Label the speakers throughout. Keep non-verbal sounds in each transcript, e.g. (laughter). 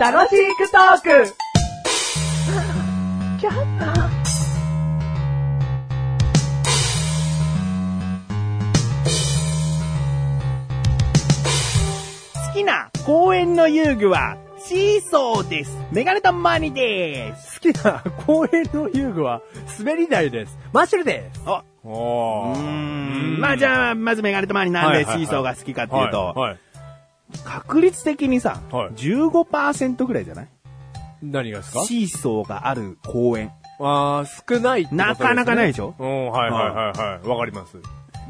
Speaker 1: 楽しくトーク
Speaker 2: 好きな公園の遊具は、シーソーです。メガネたまにです。
Speaker 3: 好きな公園の遊具は滑り台です。マッシュルです。
Speaker 2: あ、う
Speaker 3: お
Speaker 2: ーん。まあじゃあ、まずメガネたまになんでシーソーが好きかっていうと、
Speaker 3: はい。
Speaker 2: 確率的にさ、
Speaker 3: はい
Speaker 2: 15%ぐらいじゃない
Speaker 3: 何がですか
Speaker 2: シーソーがある公園。
Speaker 3: ああ、少ないってことですね
Speaker 2: なかなかないでしょ
Speaker 3: うん、はいはいはいはい。わかります。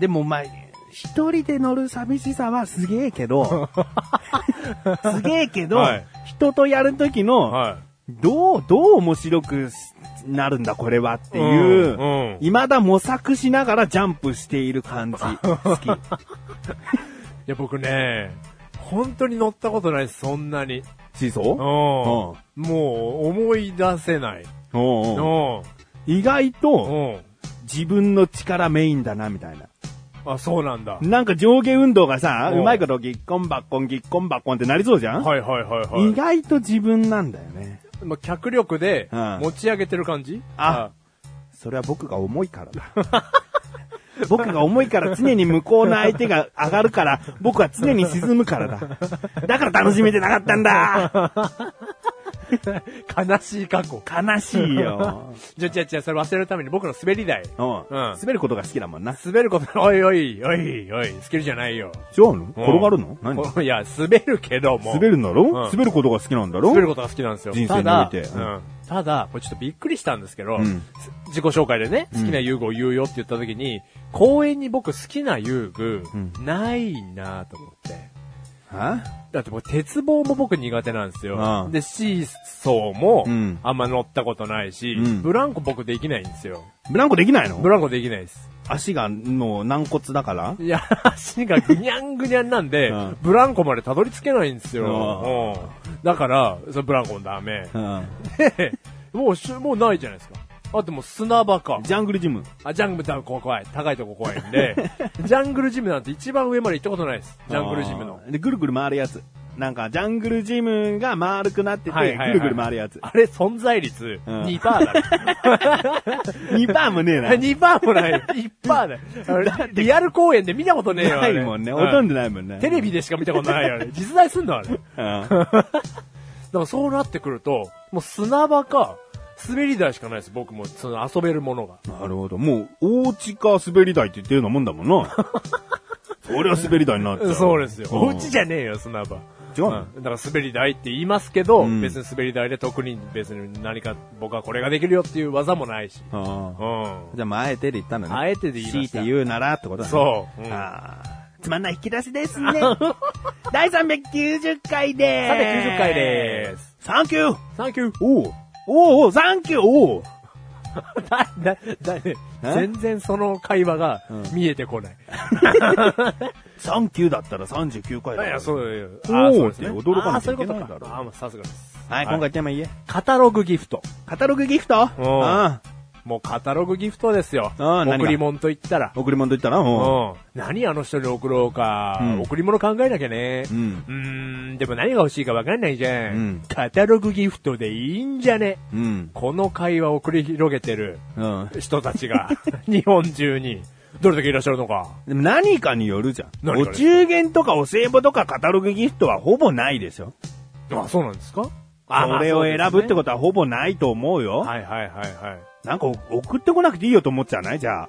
Speaker 2: でもまあ、一人で乗る寂しさはすげえけ
Speaker 3: (laughs)
Speaker 2: ど、すげえけど、
Speaker 3: はい
Speaker 2: 人とやるときの、
Speaker 3: は
Speaker 2: どう、どう面白くなるんだこれはっていう、
Speaker 3: うんうん
Speaker 2: 未だ模索しながらジャンプしている感
Speaker 3: (laughs)
Speaker 2: じ、好き。
Speaker 3: い。いや、僕ね、本当に乗ったことないです、そんなに。
Speaker 2: シーソ
Speaker 3: うん。
Speaker 2: ー
Speaker 3: もう、思い出せない。
Speaker 2: お
Speaker 3: う。
Speaker 2: うんおう意外と
Speaker 3: うん。
Speaker 2: 自分の力メインだな、みたいな。
Speaker 3: あ、そうなんだ。
Speaker 2: なんか上下運動がさ、
Speaker 3: うん
Speaker 2: うまいことギッコンバッコンギッコンバッコンってなりそうじゃん、
Speaker 3: はいはいはいはい。
Speaker 2: 意外と自分なんだよね。
Speaker 3: まあ、脚力で
Speaker 2: うん
Speaker 3: 持ち上げてる感じ、
Speaker 2: あそれは僕が重いからだ。 (laughs) 僕が重いから常に向こうの相手が上がるから、僕は常に沈むからだ。だから楽しめてなかったんだ
Speaker 3: うん悲しい過去。
Speaker 2: 悲しいよ。
Speaker 3: じゃ、じゃ、じゃ、それ忘れるために僕の滑り台。
Speaker 2: うん。
Speaker 3: うん
Speaker 2: 滑ることが好きだもんな。
Speaker 3: 滑ること、おいおい、おい、おい、スキルじゃないよ。
Speaker 2: 違うの
Speaker 3: うん
Speaker 2: 転がるの何
Speaker 3: こ (laughs) いや、滑るけども。
Speaker 2: 滑るんだろ、
Speaker 3: うん
Speaker 2: 滑ることが好きなんだろ
Speaker 3: 滑ることが好きなんですよ。
Speaker 2: 人生において
Speaker 3: ただ、うんただこれちょっとびっくりしたんですけど、
Speaker 2: うん
Speaker 3: 自己紹介でね、好きな遊具を言うよって言った時に、公園に僕好きな遊具
Speaker 2: うん、
Speaker 3: ないなと思って。
Speaker 2: は
Speaker 3: だって僕、鉄棒も僕苦手なんですよ。
Speaker 2: ああ
Speaker 3: で、シーソーも
Speaker 2: うん、
Speaker 3: あんま乗ったことないし、
Speaker 2: うん
Speaker 3: ブランコ僕できないんですよ。
Speaker 2: ブランコできないの
Speaker 3: ブランコできないです。
Speaker 2: 足がもう軟骨だから
Speaker 3: いや、足がぐにゃんぐにゃんなんで、
Speaker 2: うん
Speaker 3: ブランコまでたどり着けないんです
Speaker 2: あ
Speaker 3: よ。うんだから、それブランコもダ
Speaker 2: (laughs)
Speaker 3: メ。
Speaker 2: うん。
Speaker 3: でもうし、もうないじゃないですか。あともう砂場か。
Speaker 2: ジャングルジム。
Speaker 3: あ、ジャングル多分ここ怖い。高いとこ怖いんで、
Speaker 2: (laughs)
Speaker 3: ジャングルジムなんて一番上まで行ったことないです。ジャングルジムの
Speaker 2: あ。ー。で、ぐるぐる回るやつ。なんか、ジャングルジムが丸くなってて、
Speaker 3: はいはいはい
Speaker 2: ぐるぐる回るやつ。
Speaker 3: あれ、存在率
Speaker 2: うん
Speaker 3: 2%だね。
Speaker 2: 2%も (laughs) ねえな。
Speaker 3: (laughs) 2%もない。1%だよ。あ
Speaker 2: (laughs)
Speaker 3: れリアル公演で見たことねえよ。あ
Speaker 2: な
Speaker 3: れ
Speaker 2: いもんね。
Speaker 3: う
Speaker 2: ほとんどないもんね。
Speaker 3: テレビでしか見たことないよね。実在すんのあれ。だか
Speaker 2: うん。
Speaker 3: らそうなってくると、もう砂場か、滑り台しかないです。僕も、その遊べるものが。
Speaker 2: なるほど。もう、お家か滑り台って言ってるようなもんだもん (laughs) な。そりゃ滑り台になっちゃう。
Speaker 3: そうですよ。お家じ
Speaker 2: ゃ。
Speaker 3: ゃねえよ、砂場。
Speaker 2: 違う
Speaker 3: う
Speaker 2: の
Speaker 3: ん、だから滑り台って言いますけど、
Speaker 2: うん
Speaker 3: 別に滑り台で特に別に何か僕はこれができるよっていう技もないし。
Speaker 2: あ
Speaker 3: う
Speaker 2: あ
Speaker 3: ん。
Speaker 2: じゃあ、まあ、あえてで言ったんだね。
Speaker 3: あえてで言いました
Speaker 2: 強いて言うならってことだね。
Speaker 3: そううん
Speaker 2: あーつまんない引き出しです (laughs) ね。第390回でーす。
Speaker 3: 390回でーす。
Speaker 2: サンキュー
Speaker 3: サンキュー。 (laughs)
Speaker 2: おうおうおうサンキューおう
Speaker 3: だ、だ、だね、全然その会話が見えてこない。
Speaker 2: サンキューだったら39回だ
Speaker 3: い
Speaker 2: よ
Speaker 3: や、そうよ。
Speaker 2: お
Speaker 3: あ
Speaker 2: ー
Speaker 3: そうですね。
Speaker 2: って驚かなきゃいけない
Speaker 3: あ
Speaker 2: だ
Speaker 3: ー
Speaker 2: ろ
Speaker 3: そううことかあー、もうさすがです。
Speaker 2: はい、今回テーマ言え。
Speaker 3: カタログギフト。
Speaker 2: カタログギフト
Speaker 3: うん
Speaker 2: あ
Speaker 3: もうカタログギフトですよ。
Speaker 2: あー何が
Speaker 3: 贈り物と言ったら
Speaker 2: あ。贈り物と言ったら
Speaker 3: う
Speaker 2: うん
Speaker 3: ん。何あの人に贈ろうか。
Speaker 2: うん
Speaker 3: 贈り物考えなきゃね。
Speaker 2: うん
Speaker 3: ーん、でも何が欲しいかわかんないじゃん。
Speaker 2: うん
Speaker 3: カタログギフトでいいんじゃね
Speaker 2: うん。
Speaker 3: この会話を繰り広げてる
Speaker 2: うん。
Speaker 3: 人たち
Speaker 2: (laughs)
Speaker 3: が、日本中に、どれだけいらっしゃるのか。
Speaker 2: でも何かによるじゃん。
Speaker 3: 何
Speaker 2: お
Speaker 3: かです
Speaker 2: 中元とかお歳暮とかカタログギフトはほぼないでしょ。
Speaker 3: あ、そうなんですかあ
Speaker 2: それを選ぶって
Speaker 3: と
Speaker 2: ことはほぼないと思うよ。
Speaker 3: はいはいはいはい。
Speaker 2: なんか送ってこなくていいよと思っちゃないじゃあ。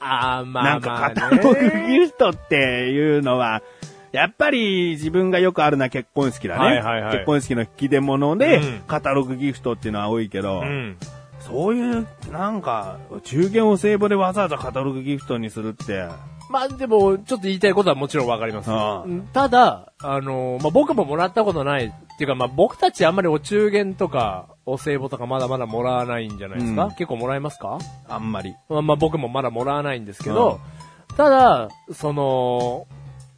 Speaker 3: あー、ま
Speaker 2: な
Speaker 3: あ
Speaker 2: ん
Speaker 3: ま
Speaker 2: か
Speaker 3: あ、ね。
Speaker 2: カタログギフトっていうのは、やっぱり自分がよくあるのは結婚式だね。
Speaker 3: はいはいはい
Speaker 2: 結婚式の引き出物で、
Speaker 3: うん
Speaker 2: カタログギフトっていうのは多いけど、
Speaker 3: うん。
Speaker 2: そういう、なんか、中元お歳暮でわざわざカタログギフトにするって、
Speaker 3: まあでも、ちょっと言いたいことはもちろんわかります。
Speaker 2: ああ
Speaker 3: うんただ、あのーまあ僕ももらったことない。っていうかまあ僕たちあんまりお中元とか、お歳暮とかまだまだもらわないんじゃないですか、
Speaker 2: うん
Speaker 3: 結構もらえますか
Speaker 2: あんまり。
Speaker 3: まあまあ僕もまだもらわないんですけど、ただ、その、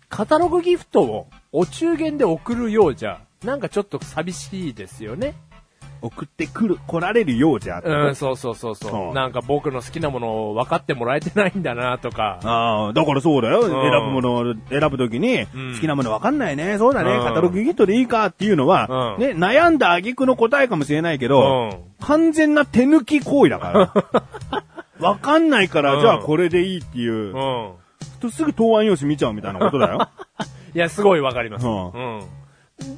Speaker 3: カタログギフトをお中元で送るようじゃ、なんかちょっと寂しいですよね。
Speaker 2: 送ってくる、来られるようじゃってこと。
Speaker 3: うん、そうそうそうそうう。
Speaker 2: ん
Speaker 3: なんか僕の好きなものを分かってもらえてないんだなとか。
Speaker 2: ああ、だからそうだよ。選ぶものを選ぶときに、
Speaker 3: うん
Speaker 2: 好きなものわかんないね。そうだね。
Speaker 3: うん
Speaker 2: カタログギットでいいかっていうのは、
Speaker 3: うん
Speaker 2: ね、悩んだ挙句の答えかもしれないけど、
Speaker 3: うん
Speaker 2: 完全な手抜き行為だ
Speaker 3: (laughs)
Speaker 2: から。わかんないから、
Speaker 3: うん
Speaker 2: じゃあこれでいいっていう、
Speaker 3: うん。
Speaker 2: とすぐ答案用紙見ちゃうみたいなことだ
Speaker 3: (laughs)
Speaker 2: よ。
Speaker 3: いや、すごいわかります。
Speaker 2: う
Speaker 3: うんん。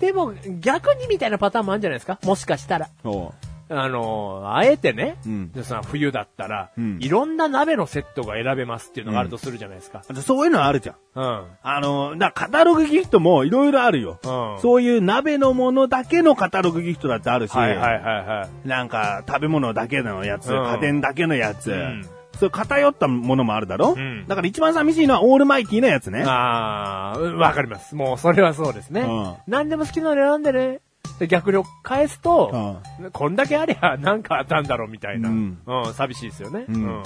Speaker 3: でも、逆にみたいなパターンもあるんじゃないですかもしかしたら。
Speaker 2: そ
Speaker 3: あのー、あえてね、
Speaker 2: うん
Speaker 3: でさ冬だったら、
Speaker 2: うん
Speaker 3: いろんな鍋のセットが選べますっていうのがあるとするじゃないですか。
Speaker 2: う。そういうのはあるじゃん。
Speaker 3: うん。
Speaker 2: あの、だからカタログギフトもいろいろあるよ。
Speaker 3: うん
Speaker 2: そういう鍋のものだけのカタログギフトだってあるし、
Speaker 3: はいはいはいはい。
Speaker 2: なんか、食べ物だけのやつ、
Speaker 3: うん
Speaker 2: 家電だけのやつ、
Speaker 3: ん
Speaker 2: そう偏ったものもあるだろ、
Speaker 3: うん
Speaker 2: だから一番寂しいのはオールマイティーなやつね。
Speaker 3: ああ、うんわかります。もう、それはそうですね。
Speaker 2: う
Speaker 3: 何でも好きなの選んでね。で逆に返すと、こんだけありゃ、なんかあったんだろうみたいな。
Speaker 2: う
Speaker 3: うんん、寂しいですよね。
Speaker 2: う
Speaker 3: うんん。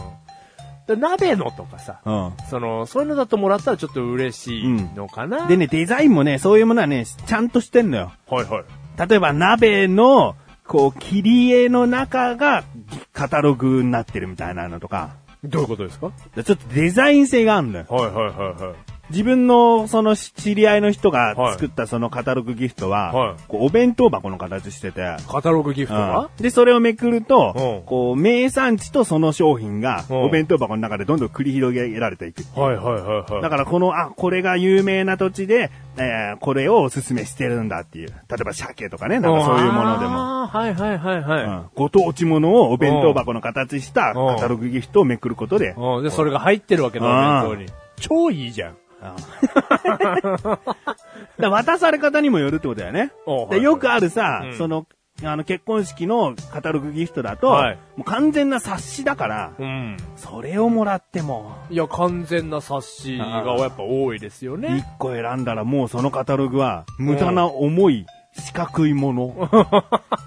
Speaker 3: で鍋のとかさ、
Speaker 2: うん
Speaker 3: その、そういうのだともらったらちょっと嬉しいのかな。
Speaker 2: でね、デザインもね、そういうものはね、ちゃんとしてんのよ。
Speaker 3: はいはい。
Speaker 2: 例えば鍋の、こう、切り絵の中がカタログになってるみたいなのとか、
Speaker 3: どういうことですかは
Speaker 2: ちょっとデザイン性があるのよ。
Speaker 3: いはいはいはい。
Speaker 2: 自分のその知り合いの人が作ったそのカタログギフトは、
Speaker 3: はい
Speaker 2: こうお弁当箱の形してて、
Speaker 3: カタログギフト
Speaker 2: うん
Speaker 3: は、
Speaker 2: で、それをめくると
Speaker 3: う、ん
Speaker 2: こう、名産地とその商品が、
Speaker 3: うん
Speaker 2: お弁当箱の中でどんどん繰り広げられていく。
Speaker 3: はいはいはいはい。
Speaker 2: だからこの、あ、これが有名な土地で、えーこれをおすすめしてるんだっていう。例えば鮭とかね、なんかそういうものでも。
Speaker 3: あー。はいはいはいはい。
Speaker 2: うんご当地ものをお弁当箱の形した
Speaker 3: うん
Speaker 2: カタログギフトをめくることで、
Speaker 3: うん、で、それが入ってるわけだ、
Speaker 2: あー
Speaker 3: お弁当に。超いいじゃん。
Speaker 2: ああ (laughs) だ渡され方にもよるってことだよね
Speaker 3: おう。はい
Speaker 2: でよくあるさ、
Speaker 3: うん
Speaker 2: その、あの、結婚式のカタログギフトだと、
Speaker 3: はい
Speaker 2: もう完全な冊子だから、
Speaker 3: うん。
Speaker 2: それをもらっても、
Speaker 3: いや、完全な冊子がやっぱ多いですよ
Speaker 2: 一
Speaker 3: ね。
Speaker 2: 個選んだらもうそのカタログは、無駄な重い、四角いも
Speaker 3: (laughs)
Speaker 2: の。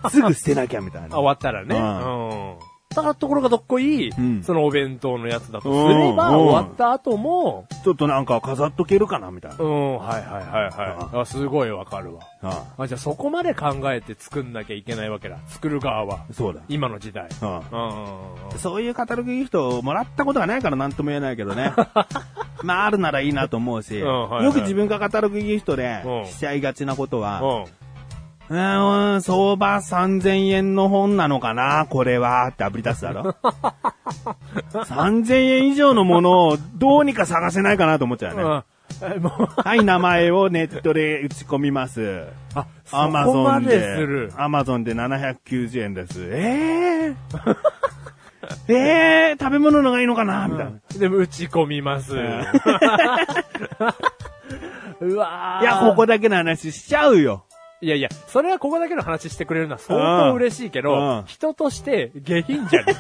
Speaker 2: すぐ捨てなきゃみたい
Speaker 3: あ終
Speaker 2: な。
Speaker 3: わったらね。
Speaker 2: う
Speaker 3: うん。だからところがどっこいい、
Speaker 2: ん
Speaker 3: そのお弁当のやつだと
Speaker 2: うん
Speaker 3: すれば、
Speaker 2: うん
Speaker 3: 終わった後も、
Speaker 2: ちょっとなんか飾っとけるかなみたいな。
Speaker 3: うん、はいはいはいはい。あすごいわかるわ。
Speaker 2: あ
Speaker 3: あ、じゃあそこまで考えて作んなきゃいけないわけだ。作る側は
Speaker 2: あ。そうだ。
Speaker 3: 今の時代。
Speaker 2: う
Speaker 3: うんうんうんうん
Speaker 2: んそういうカタログギフトをもらったことがないからなんとも言えないけ
Speaker 3: (laughs)
Speaker 2: どね。まああるならいいなと思うし、
Speaker 3: うんはいはい
Speaker 2: よく自分がカタログギフトで
Speaker 3: うん
Speaker 2: しちゃいがちなことは、
Speaker 3: うん。
Speaker 2: うーん、相場3000円の本なのかな、これは、ってあぶり出すだろ。3000円以上のものをどうにか探せないかなと思っちゃうよね。
Speaker 3: うん。えもう、
Speaker 2: はい、名前をネットで打ち込みます。
Speaker 3: あ、そ
Speaker 2: アマ
Speaker 3: こ
Speaker 2: ゾ
Speaker 3: ま
Speaker 2: ン
Speaker 3: で
Speaker 2: です
Speaker 3: る。、
Speaker 2: アマゾンで790円です。えー、えー、食べ物のがいいのかなみたいな。
Speaker 3: でも打ち込みます。 (laughs) うわー
Speaker 2: いや、ここだけの話しちゃうよ。
Speaker 3: いやいや、それはここだけの話してくれるのは相当嬉しいけど、
Speaker 2: うん
Speaker 3: 人として下品
Speaker 2: (laughs)
Speaker 3: じゃん。い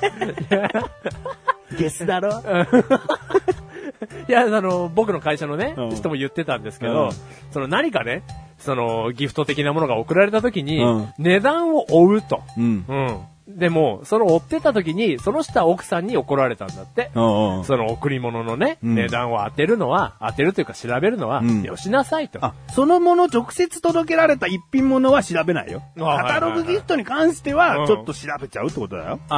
Speaker 2: ゲスだろ
Speaker 3: や、あの、僕の会社のね、
Speaker 2: うん
Speaker 3: 人も言ってたんですけ
Speaker 2: う
Speaker 3: ど、
Speaker 2: ん
Speaker 3: その何かね、そのギフト的なものが送られた時に、
Speaker 2: うん
Speaker 3: 値段を追うと。
Speaker 2: うん。
Speaker 3: うん。でも、その追ってた時に、その下奥さんに怒られたんだって。
Speaker 2: うんうん
Speaker 3: その贈り物のね、
Speaker 2: うん
Speaker 3: 値段を当てるのは、当てるというか調べるのは、
Speaker 2: うん
Speaker 3: よしなさいと。
Speaker 2: あ、そのもの直接届けられた一品物は調べないよ。
Speaker 3: あはいはい
Speaker 2: カタログギフトに関して
Speaker 3: う
Speaker 2: は、
Speaker 3: ん
Speaker 2: ちょっと調べちゃうってことだよ。
Speaker 3: あー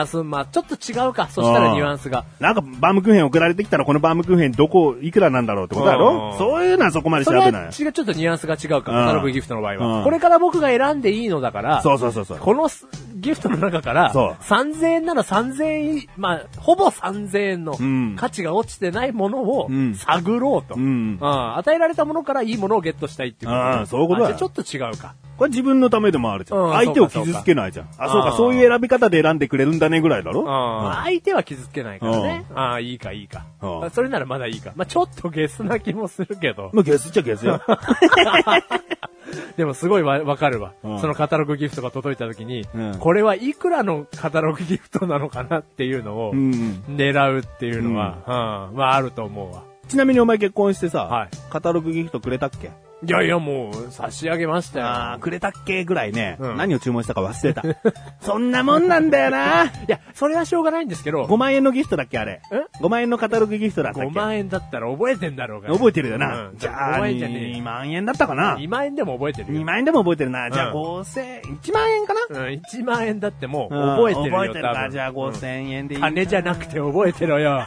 Speaker 3: あー、そまあちょっと違うか。そしたらニュアンスが。
Speaker 2: なんか、バームクーヘン送られてきたら、このバームクーヘンどこ、いくらなんだろうってことだろ
Speaker 3: うん
Speaker 2: そういうのはそこまで調
Speaker 3: それは
Speaker 2: べ
Speaker 3: 違、。
Speaker 2: ないう
Speaker 3: ちょっとニュアンスが違うか
Speaker 2: うん
Speaker 3: ら、カタログギフトの場合
Speaker 2: うん
Speaker 3: は。これから僕が選んでいいのだから、
Speaker 2: そうそうそうそう。
Speaker 3: このすギフトの中から、
Speaker 2: そう
Speaker 3: 3000円なら3000円、まあ、ほぼ3000円の
Speaker 2: うん
Speaker 3: 価値が落ちてないものを
Speaker 2: うん
Speaker 3: 探ろうと。
Speaker 2: う
Speaker 3: うん
Speaker 2: ん。
Speaker 3: 与えられたものからいいものをゲットしたいっていうこと
Speaker 2: あーそういうことだ
Speaker 3: あじゃあちょっと違うか。
Speaker 2: これ自分のためでもあるじゃ。
Speaker 3: うんん
Speaker 2: 相手を傷つけないじゃん。あ、そうか、
Speaker 3: うん
Speaker 2: そういう選び方で選んでくれるんだねぐらいだろ
Speaker 3: うん相手は傷つけないからね。ああ、いいか、いいか
Speaker 2: うん。
Speaker 3: それならまだいいか。まあ、ちょっとゲスな気もするけど
Speaker 2: うん。まあ、ゲスっちゃゲス
Speaker 3: (laughs)
Speaker 2: よ。
Speaker 3: でもすごいわ、わかるわ、
Speaker 2: うん
Speaker 3: そのカタログギフトが届いた時に、
Speaker 2: うん
Speaker 3: これはいくらのカタログギフトなのかなっていうのを、
Speaker 2: うん。
Speaker 3: 狙うっていうのは、うん、まああると思うわ。
Speaker 2: ちなみにお前結婚してさ
Speaker 3: はい、
Speaker 2: カタログギフトくれたっけ
Speaker 3: いやいや、もう、差し上げましたよ。
Speaker 2: ああ、くれたっけぐらいね、
Speaker 3: うん
Speaker 2: 何を注文したか忘れた。 (laughs) そんなもんなんだよな。
Speaker 3: いや、それはしょうがないんですけど、
Speaker 2: 5万円のギフトだっけあれ。
Speaker 3: え
Speaker 2: 5万円のカタログギフトだったっけ
Speaker 3: 5万円だったら覚えてんだろうが。
Speaker 2: 覚えてるよな。
Speaker 3: うん
Speaker 2: じゃあ、
Speaker 3: 5万円じゃねえ
Speaker 2: 2万円だったかな
Speaker 3: 2万円でも覚えてるよ。
Speaker 2: ?2 万円でも覚えてるな。じゃあ
Speaker 3: うん
Speaker 2: 5000、1万円かな
Speaker 3: うん、1万円だってもう
Speaker 2: う
Speaker 3: 覚
Speaker 2: ん
Speaker 3: えてるよ、
Speaker 2: 覚えてる
Speaker 3: 多
Speaker 2: か。
Speaker 3: 分
Speaker 2: じゃあ5000円でいい。
Speaker 3: 金じゃなくて覚えて
Speaker 2: (laughs)
Speaker 3: ろよ。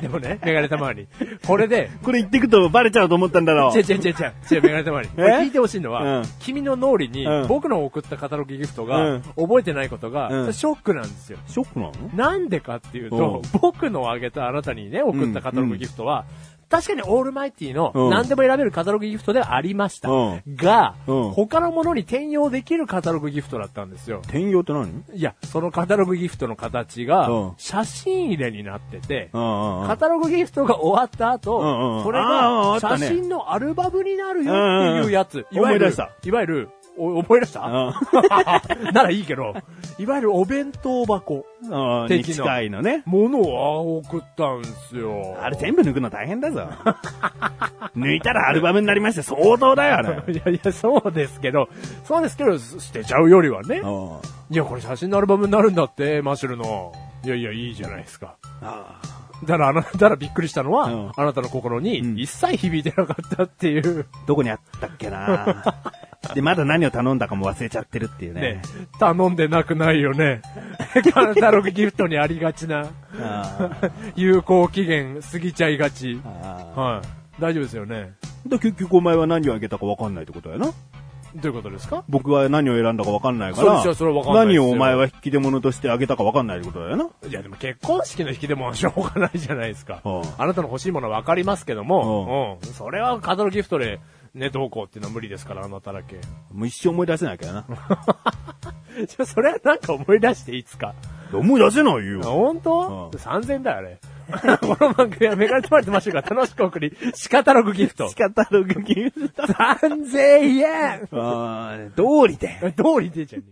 Speaker 3: でもね、メガネたまわり。これで、
Speaker 2: これ言ってくとバレちゃうと思ったんだろ
Speaker 3: 違う違う違う違う、違うメガネたまわり。これ聞いてほしいのは、
Speaker 2: うん
Speaker 3: 君の脳裏に
Speaker 2: うん
Speaker 3: 僕の送ったカタログギフト
Speaker 2: う
Speaker 3: が
Speaker 2: ん
Speaker 3: 覚えてないこと
Speaker 2: う
Speaker 3: が、
Speaker 2: ん
Speaker 3: それショックなんですよ。
Speaker 2: ショックなの
Speaker 3: なんでかっていうと、僕のあげたあなたにね、送ったカタログギフトは、確かにオールマイティの
Speaker 2: うん
Speaker 3: 何でも選べるカタログギフトではありました。
Speaker 2: うん
Speaker 3: が、
Speaker 2: うん
Speaker 3: 他のものに転用できるカタログギフトだったんですよ。
Speaker 2: 転用って何
Speaker 3: いや、そのカタログギフトの形が
Speaker 2: うん、
Speaker 3: 写真入れになってて、
Speaker 2: うんうん
Speaker 3: カタログギフトが終わった後、
Speaker 2: うんうん
Speaker 3: それ
Speaker 2: あーあ
Speaker 3: が
Speaker 2: った
Speaker 3: 写
Speaker 2: ね
Speaker 3: 真のアルバムになるよっていうやつ。
Speaker 2: うんうんうん
Speaker 3: わゆる
Speaker 2: 思い出した。
Speaker 3: いわゆる、お (laughs) 思い出した、 (laughs) ならいいけど、いわゆるお弁当箱。
Speaker 2: うん。うん。に
Speaker 3: 敵の
Speaker 2: 近いのね。
Speaker 3: 物を送ったんすよ。
Speaker 2: あれ全部抜くの大変だぞ。 (laughs) 抜いたらアルバムになりまして相当だよ、あれ。
Speaker 3: (laughs) いやいや、そうですけど、そうですけど、す捨てちゃうよりは
Speaker 2: (laughs)
Speaker 3: ね。
Speaker 2: あ
Speaker 3: いや、これ写真のアルバムになるんだって、マシュルの。いやいや、いいじゃないですか。
Speaker 2: あ。
Speaker 3: だから、あなたらびっくりしたの (laughs) は、
Speaker 2: うん
Speaker 3: あなたの心
Speaker 2: うん
Speaker 3: に一切響いてなかったっていう、
Speaker 2: どこにあったっけ (laughs) なで、まだ何を頼んだかも忘れちゃってるっていうね
Speaker 3: ね。、頼んでなくないよね。 (laughs) カタログギフトにありがちな、 (laughs)
Speaker 2: あ
Speaker 3: 有効期限過ぎちゃいがち
Speaker 2: あ。ああ
Speaker 3: はい。大丈夫ですよね。
Speaker 2: (laughs) で結局お前は何をあげたか分かんないってことやな。
Speaker 3: どういうことですか
Speaker 2: 僕は何を選んだか分かんないか
Speaker 3: そう
Speaker 2: ら。
Speaker 3: ですよそれは分かんないです
Speaker 2: 何を
Speaker 3: よ
Speaker 2: お前は引き出物としてあげたか分かんないってことだよな。
Speaker 3: いや、でも結婚式の引きで (laughs) もしょうがないじゃないですか。
Speaker 2: うん
Speaker 3: あなたの欲しいものはわかりますけども、うん。それはカタログギフトで、ね、どうこうっていうのは無理ですから、あなただけ。 (laughs)
Speaker 2: もう一生思い出せないからな。
Speaker 3: じゃあ、それはなんか思い出していつか。
Speaker 2: (laughs) 思い出せない
Speaker 3: あ
Speaker 2: よ。
Speaker 3: 本当、
Speaker 2: うん
Speaker 3: ?3000 だよ、あれ。 (laughs) この番組はメガネとまれてましょうか楽しく送り、シカタログギフト。
Speaker 2: カ (laughs) タログギフト。
Speaker 3: 3000円
Speaker 2: (laughs) ああ、通りで。
Speaker 3: 通り出ちゃうね。